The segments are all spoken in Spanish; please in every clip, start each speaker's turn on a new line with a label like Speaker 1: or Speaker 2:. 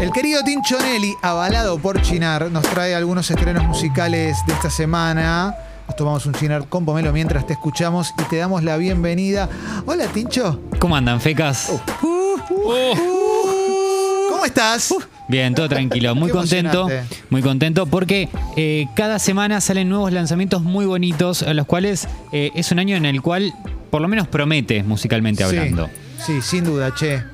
Speaker 1: El querido Tinchonelli, avalado por Chinar, nos trae algunos estrenos musicales de esta semana. Nos tomamos un Chinar con Pomelo mientras te escuchamos y te damos la bienvenida. Hola, Tincho.
Speaker 2: ¿Cómo andan, fecas?
Speaker 1: Uh. ¿Cómo estás?
Speaker 2: Bien, todo tranquilo. Muy
Speaker 1: Qué
Speaker 2: contento.
Speaker 1: emocionante.
Speaker 2: Muy contento porque eh, cada semana salen nuevos lanzamientos muy bonitos, a los cuales eh, es un año en el cual por lo menos promete musicalmente hablando.
Speaker 1: Sí, sí, sin duda, che.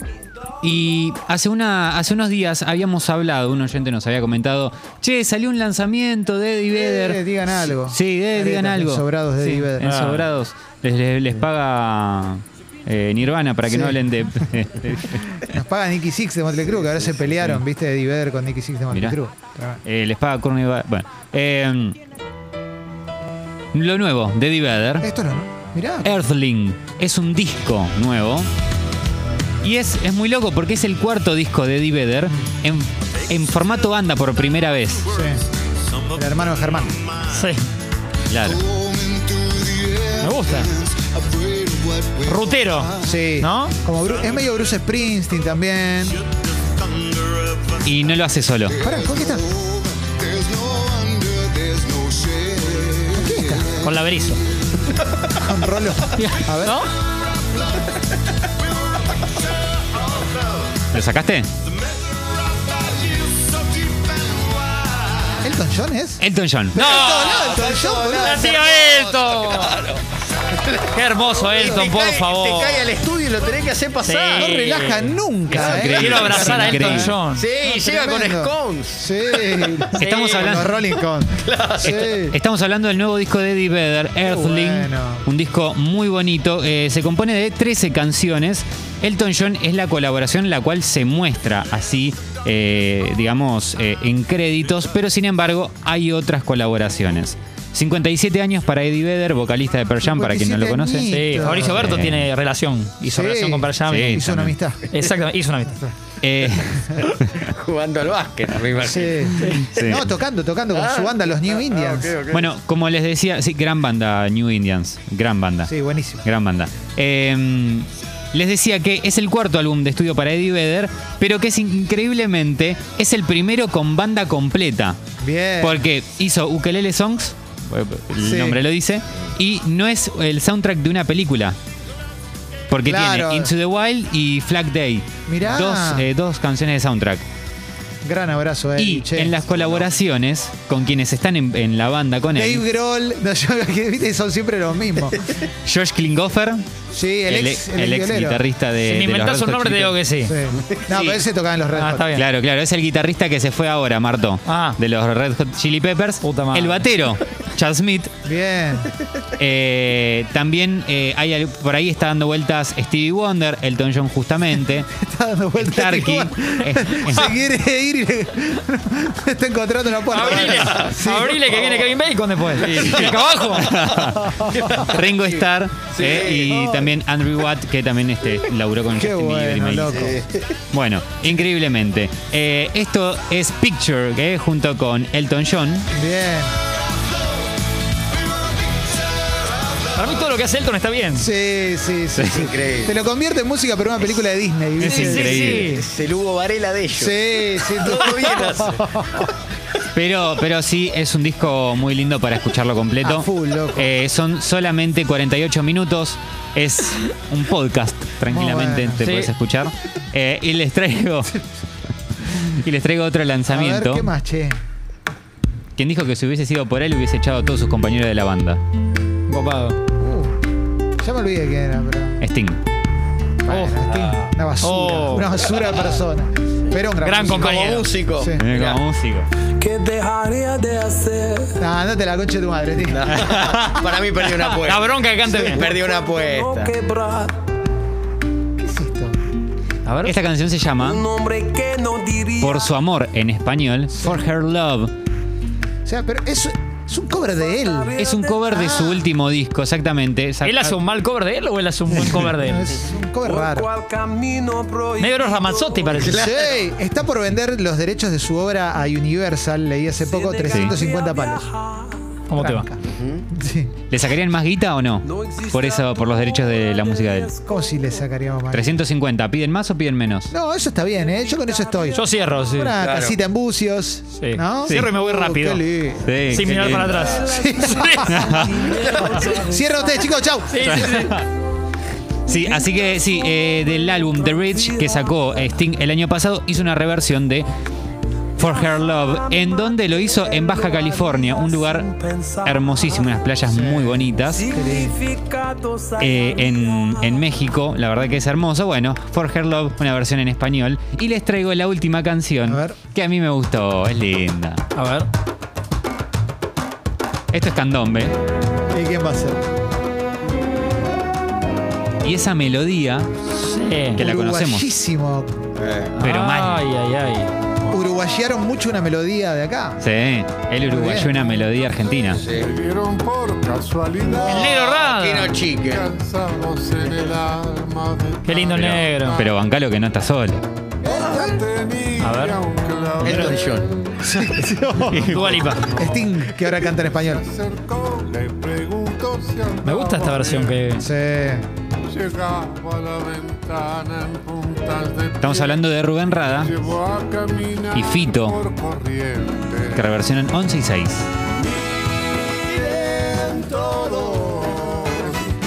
Speaker 2: Y hace, una, hace unos días habíamos hablado, un oyente nos había comentado, che, salió un lanzamiento de Eddie Vedder.
Speaker 1: Eh, digan algo.
Speaker 2: Sí, de-
Speaker 1: Careta,
Speaker 2: digan algo.
Speaker 1: en Sobrados de
Speaker 2: Sí,
Speaker 1: Eddie Vedder.
Speaker 2: en
Speaker 1: Ah.
Speaker 2: Sobrados. Les, les- les paga eh, Nirvana para que
Speaker 1: Sí.
Speaker 2: no hablen de... de-
Speaker 1: Nos paga Nicky Six de Motley Crue, que ahora se pelearon, viste, Eddie Vedder con Nicky Six de Motley
Speaker 2: Mirá.
Speaker 1: Crue.
Speaker 2: eh, les paga Courtney Ba- Bueno. eh, lo nuevo de Eddie Vedder.
Speaker 1: Esto no, mirá.
Speaker 2: Eh. Earthling es un disco nuevo. Y es, es muy loco porque es el cuarto disco de Eddie Vedder en, en formato banda por primera vez.
Speaker 1: Sí. El hermano de Germán.
Speaker 3: Sí,
Speaker 2: Claro.
Speaker 3: me gusta. Rutero.
Speaker 1: Sí.
Speaker 3: ¿No?
Speaker 1: Como Bru- es medio Bruce Springsteen también.
Speaker 2: Y no lo hace solo.
Speaker 1: Pará, ¿con qué está? ¿Con quién está?
Speaker 3: Con la Berizo.
Speaker 1: Con Rolo. A ver.
Speaker 3: ¿No?
Speaker 2: ¿Lo sacaste?
Speaker 1: ¿Elton John es?
Speaker 2: Elton John.
Speaker 3: ¡No!
Speaker 1: No, Ah, Elton John, Ah, boludo.
Speaker 3: ¡La tía Elton! ¡Qué hermoso Elton, por favor!
Speaker 4: Te cae al estudio y lo tenés que hacer pasar.
Speaker 1: No
Speaker 3: Sí.
Speaker 1: relaja nunca,
Speaker 2: Es
Speaker 1: ¿eh?
Speaker 2: increíble.
Speaker 3: Quiero abrazar a Elton
Speaker 2: Increíble.
Speaker 3: John.
Speaker 4: Sí, llega
Speaker 1: Tremendo.
Speaker 4: con scones.
Speaker 1: Sí.
Speaker 2: Estamos
Speaker 1: Con
Speaker 2: hablando-
Speaker 1: Los Rolling Stones. Sí.
Speaker 2: Estamos hablando del nuevo disco de Eddie Vedder, Earthling.
Speaker 1: bueno.
Speaker 2: Un disco muy bonito. Eh, se compone de 13 canciones. Elton John es la colaboración la cual se muestra así, eh, digamos, eh, en créditos, pero sin embargo hay otras colaboraciones. 57 años para Eddie Vedder, vocalista de Pearl Jam, para quien no lo
Speaker 1: 57
Speaker 2: conoce.
Speaker 3: Sí, Fabricio Berto
Speaker 2: Sí.
Speaker 3: tiene relación. Hizo
Speaker 1: Sí.
Speaker 3: relación con Perjami.
Speaker 2: Sí.
Speaker 1: Hizo una amistad.
Speaker 3: Exactamente, hizo una amistad.
Speaker 2: Eh,
Speaker 4: Jugando al básquet, me imagino.
Speaker 1: Sí. Ah.
Speaker 2: Sí.
Speaker 1: No, tocando, tocando con su banda, los New Indians.
Speaker 4: ok, ok.
Speaker 2: bueno, como les decía, sí, gran banda New Indians, gran banda.
Speaker 1: Sí, buenísimo.
Speaker 2: Gran banda. Eh, les decía que es el cuarto álbum de estudio para Eddie Vedder, pero que es increíblemente es el primero con banda completa.
Speaker 1: Bien.
Speaker 2: Porque hizo Ukelele Songs, el
Speaker 1: Eh. Sí.
Speaker 2: nombre lo dice, y no es el soundtrack de una película. Porque
Speaker 1: Claro.
Speaker 2: tiene Into the Wild y Flag Day.
Speaker 1: Mirá.
Speaker 2: Dos, eh, dos canciones de soundtrack.
Speaker 1: Gran abrazo, eh.
Speaker 2: y en las colaboraciones con quienes están en, en la banda con
Speaker 1: Dave
Speaker 2: él,
Speaker 1: Grohl, no, yo- que, viste, son siempre los mismos.
Speaker 2: Josh Klinghoffer,
Speaker 1: Sí, el, ex, el, ex violero.
Speaker 2: guitarrista de.
Speaker 3: si me
Speaker 2: de los
Speaker 3: inventás
Speaker 2: Red
Speaker 3: un
Speaker 2: Hot
Speaker 3: nombre, te
Speaker 2: Chili
Speaker 3: digo que sí.
Speaker 1: Sí. No, pero ese tocaba en los Red
Speaker 3: Ah,
Speaker 1: Hot.
Speaker 3: está bien.
Speaker 2: Claro, claro, es el guitarrista que se fue ahora, Marto.
Speaker 3: Ah.
Speaker 2: De los Red Hot Chili Peppers.
Speaker 3: Puta madre.
Speaker 2: El batero, Chad Smith.
Speaker 1: Bien.
Speaker 2: Eh, también eh, hay, al- por ahí está dando vueltas Stevie Wonder, Elton John justamente.
Speaker 1: Está dando vueltas.
Speaker 2: Starkey.
Speaker 1: igual. Se quiere ir y le, está encontrando la puerta.
Speaker 3: Abrile,
Speaker 1: Sí.
Speaker 3: abrile que viene Kevin Bacon después. El cabajo.
Speaker 2: Ringo Starr eh, y también Andrew Watt, que también este, laburó con
Speaker 1: Qué
Speaker 2: Justin Bieber. y
Speaker 1: bueno,
Speaker 2: Miley
Speaker 1: loco.
Speaker 2: Bueno, increíblemente. Eh, esto es Picture, que junto con Elton John.
Speaker 1: Bien.
Speaker 3: Para mí todo lo que hace Elton está bien.
Speaker 1: Sí, sí, sí. sí.
Speaker 4: Increíble.
Speaker 1: Te lo convierte en música, pero una película de Disney.
Speaker 2: Es
Speaker 1: ¿viste?
Speaker 2: increíble.
Speaker 4: Es el Hugo Varela de ellos.
Speaker 1: Sí, sí,
Speaker 4: Todo bien hace.
Speaker 2: Pero, pero sí, es un disco muy lindo para escucharlo completo.
Speaker 1: A full, loco.
Speaker 2: Eh, son solamente 48 minutos. Es un podcast,
Speaker 1: Muy
Speaker 2: tranquilamente
Speaker 1: bueno.
Speaker 2: te
Speaker 3: Sí.
Speaker 2: puedes escuchar. Eh, y les traigo. Y les traigo otro
Speaker 1: A ver,
Speaker 2: lanzamiento.
Speaker 1: ¿qué más, che?
Speaker 2: Quien dijo que si hubiese sido por él hubiese echado a todos sus compañeros de la banda.
Speaker 3: Copado.
Speaker 1: Uh, ya me olvidé quién era, pero...
Speaker 2: Sting.
Speaker 1: Bueno, Sting, una basura,
Speaker 3: Oh.
Speaker 1: una basura de persona. Pero un gran,
Speaker 3: Gran
Speaker 1: músico.
Speaker 4: Como
Speaker 3: compañero.
Speaker 4: músico.
Speaker 1: Sí.
Speaker 2: Eh,
Speaker 4: Mirá.
Speaker 2: como músico.
Speaker 5: ¿Qué dejaría de hacer?
Speaker 1: No, Ah, andate la concha de tu madre, tío.
Speaker 4: Para mí perdí una apuesta.
Speaker 3: La bronca que cante bien.
Speaker 4: Perdí una
Speaker 5: No
Speaker 4: apuesta.
Speaker 5: quebrar.
Speaker 1: ¿Qué es esto?
Speaker 3: A ver.
Speaker 2: Esta canción se llama
Speaker 5: Un hombre que no diría.
Speaker 2: Por su amor en español, For Her Love.
Speaker 1: O sea, pero es, es un cover de él.
Speaker 2: Es un cover de
Speaker 1: Ah.
Speaker 2: su último disco, exactamente. Saca-
Speaker 3: ¿Él hace un mal cover de él o él hace un buen cover de
Speaker 1: No,
Speaker 3: él?
Speaker 1: Es un cover
Speaker 5: Por
Speaker 1: raro.
Speaker 5: cual camino prohibido.
Speaker 3: Negro Ramazzotti parece.
Speaker 1: Sí, está por vender los derechos de su obra a Universal, leí hace poco, 350 palos.
Speaker 3: ¿Cómo te va?
Speaker 1: Tranca.
Speaker 4: Ujú.
Speaker 1: Sí.
Speaker 2: ¿Le sacarían más guita o no? Por eso, por los derechos de la música de él.
Speaker 1: ¿Cómo si le sacaríamos más?
Speaker 2: 350, ¿piden más o piden menos?
Speaker 1: No, eso está bien, ¿eh? Yo con eso estoy.
Speaker 3: Yo cierro, sí.
Speaker 1: Una
Speaker 4: claro.
Speaker 1: casita en bucios.
Speaker 3: Sí.
Speaker 1: ¿no?
Speaker 3: Cierro y me voy
Speaker 1: Oh,
Speaker 3: rápido.
Speaker 1: qué lindo.
Speaker 2: Sí,
Speaker 3: Sin
Speaker 2: qué
Speaker 3: mirar para
Speaker 2: lindo.
Speaker 3: atrás.
Speaker 1: Cierra usted, chicos, chau.
Speaker 2: Sí, así que sí, eh, del álbum The Rich que sacó eh, Sting el año pasado, hizo una reversión de For Her Love, en donde lo hizo en Baja California, un lugar hermosísimo, unas playas muy bonitas. eh, en, en México, la verdad que es hermoso. Bueno, For Her Love, una versión en español. Y les traigo la última canción
Speaker 1: A ver.
Speaker 2: que a mí me gustó, es linda.
Speaker 3: A ver.
Speaker 2: Esto es candombe.
Speaker 1: ¿Y quién va a ser?
Speaker 2: Y esa melodía, Que la conocemos.
Speaker 1: Uruguayísimo.
Speaker 4: Eh,
Speaker 2: pero mal.
Speaker 3: Ay, ay, ay.
Speaker 1: Uruguayaron mucho una melodía de acá.
Speaker 2: Sí, el uruguayo,
Speaker 1: bien.
Speaker 2: una melodía argentina.
Speaker 4: sí.
Speaker 6: Vieron por
Speaker 3: El
Speaker 6: casualidad.
Speaker 3: negro
Speaker 4: Kino
Speaker 3: Rada.
Speaker 4: Chique.
Speaker 6: Cansados en el alma de.
Speaker 3: Qué lindo negro.
Speaker 2: Pero bancalo que no está solo.
Speaker 6: Ella tenía
Speaker 3: A ver.
Speaker 6: un clavel.
Speaker 4: Él no es de John.
Speaker 3: Dua Lipa.
Speaker 1: Sting, que ahora canta en español.
Speaker 6: Se acercó, le preguntó si
Speaker 3: Me
Speaker 6: andaba
Speaker 3: gusta esta versión
Speaker 6: bien.
Speaker 3: que.
Speaker 1: Sí.
Speaker 6: Llegaba a la ventana en puntas de.
Speaker 2: Estamos hablando de Rubén Rada,
Speaker 6: Llevó a caminar
Speaker 2: Y Fito.
Speaker 6: Por corriente.
Speaker 2: que reversionan 11 y 6.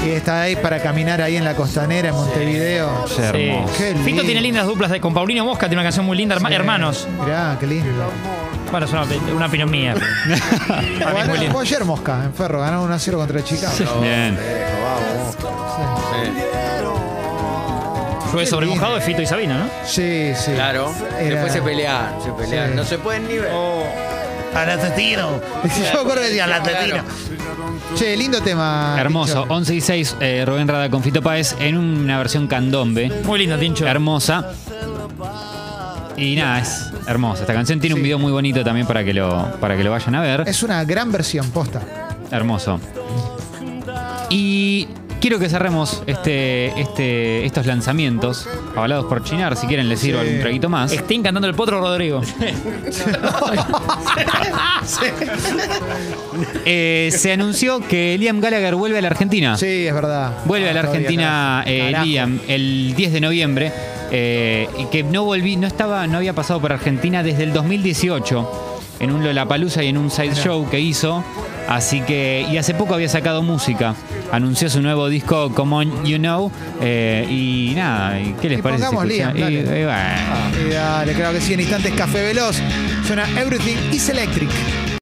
Speaker 1: Y está ahí para caminar ahí en la costanera, en Montevideo.
Speaker 2: Qué hermoso.
Speaker 1: Qué
Speaker 3: Fito
Speaker 1: lindo.
Speaker 3: tiene lindas duplas de- con Paulino Mosca, tiene una canción muy linda, herma- Hermanos.
Speaker 1: Mirá, qué lindo.
Speaker 3: Bueno, es una, una opinión mía. Para mí es muy
Speaker 1: Ganó,
Speaker 3: lindo.
Speaker 1: fue ayer Mosca, en Ferro, ganó 1 a 0 contra Chicago.
Speaker 2: Bien.
Speaker 3: Llueve sobre mojado de Fito y Sabina, ¿no?
Speaker 1: Sí, sí.
Speaker 4: Claro.
Speaker 1: Era-
Speaker 4: Después se pelearon, se pelearon.
Speaker 1: Sí.
Speaker 4: No se pueden
Speaker 3: Oh.
Speaker 4: ni ver.
Speaker 1: Yo me acuerdo que decía, la tetina. Che, lindo tema.
Speaker 2: Hermoso.
Speaker 1: Tincho.
Speaker 2: 11 y 6, eh, Rubén Rada con Fito Páez en una versión candombe.
Speaker 3: Muy lindo, Tincho.
Speaker 2: Hermosa. Y nada, es hermosa. Esta canción tiene un
Speaker 1: Sí.
Speaker 2: video muy bonito también para que lo, para que lo vayan a ver.
Speaker 1: Es una gran versión, posta.
Speaker 2: Hermoso. Y quiero que cerremos este, este, estos lanzamientos. Avalados por Chinar, si quieren les sirvo
Speaker 1: Sí.
Speaker 2: algún traguito más.
Speaker 3: Sting cantando el potro Rodrigo.
Speaker 2: Eh, se anunció que Liam Gallagher vuelve a la Argentina.
Speaker 1: Sí, es verdad.
Speaker 2: Ah. Vuelve a la
Speaker 1: Ah, todavía
Speaker 2: Argentina
Speaker 1: está.
Speaker 2: eh,
Speaker 1: Carajo.
Speaker 2: Liam el 10 de noviembre. eh, y que no volví, no estaba, no había pasado por Argentina desde el 2018 en un Lollapalooza y en un side show que hizo. Así que, y hace poco había sacado música. Anunció su nuevo disco Come On You Know. eh, y nada, ¿y ¿qué les
Speaker 1: Y
Speaker 2: parece? si
Speaker 1: pongamos
Speaker 2: escuchamos?
Speaker 1: Liam,
Speaker 2: Y-
Speaker 1: dale. Ah.
Speaker 2: y bueno.
Speaker 1: Y dale, claro que sí, en instantes Café Veloz. Suena Everything is Electric.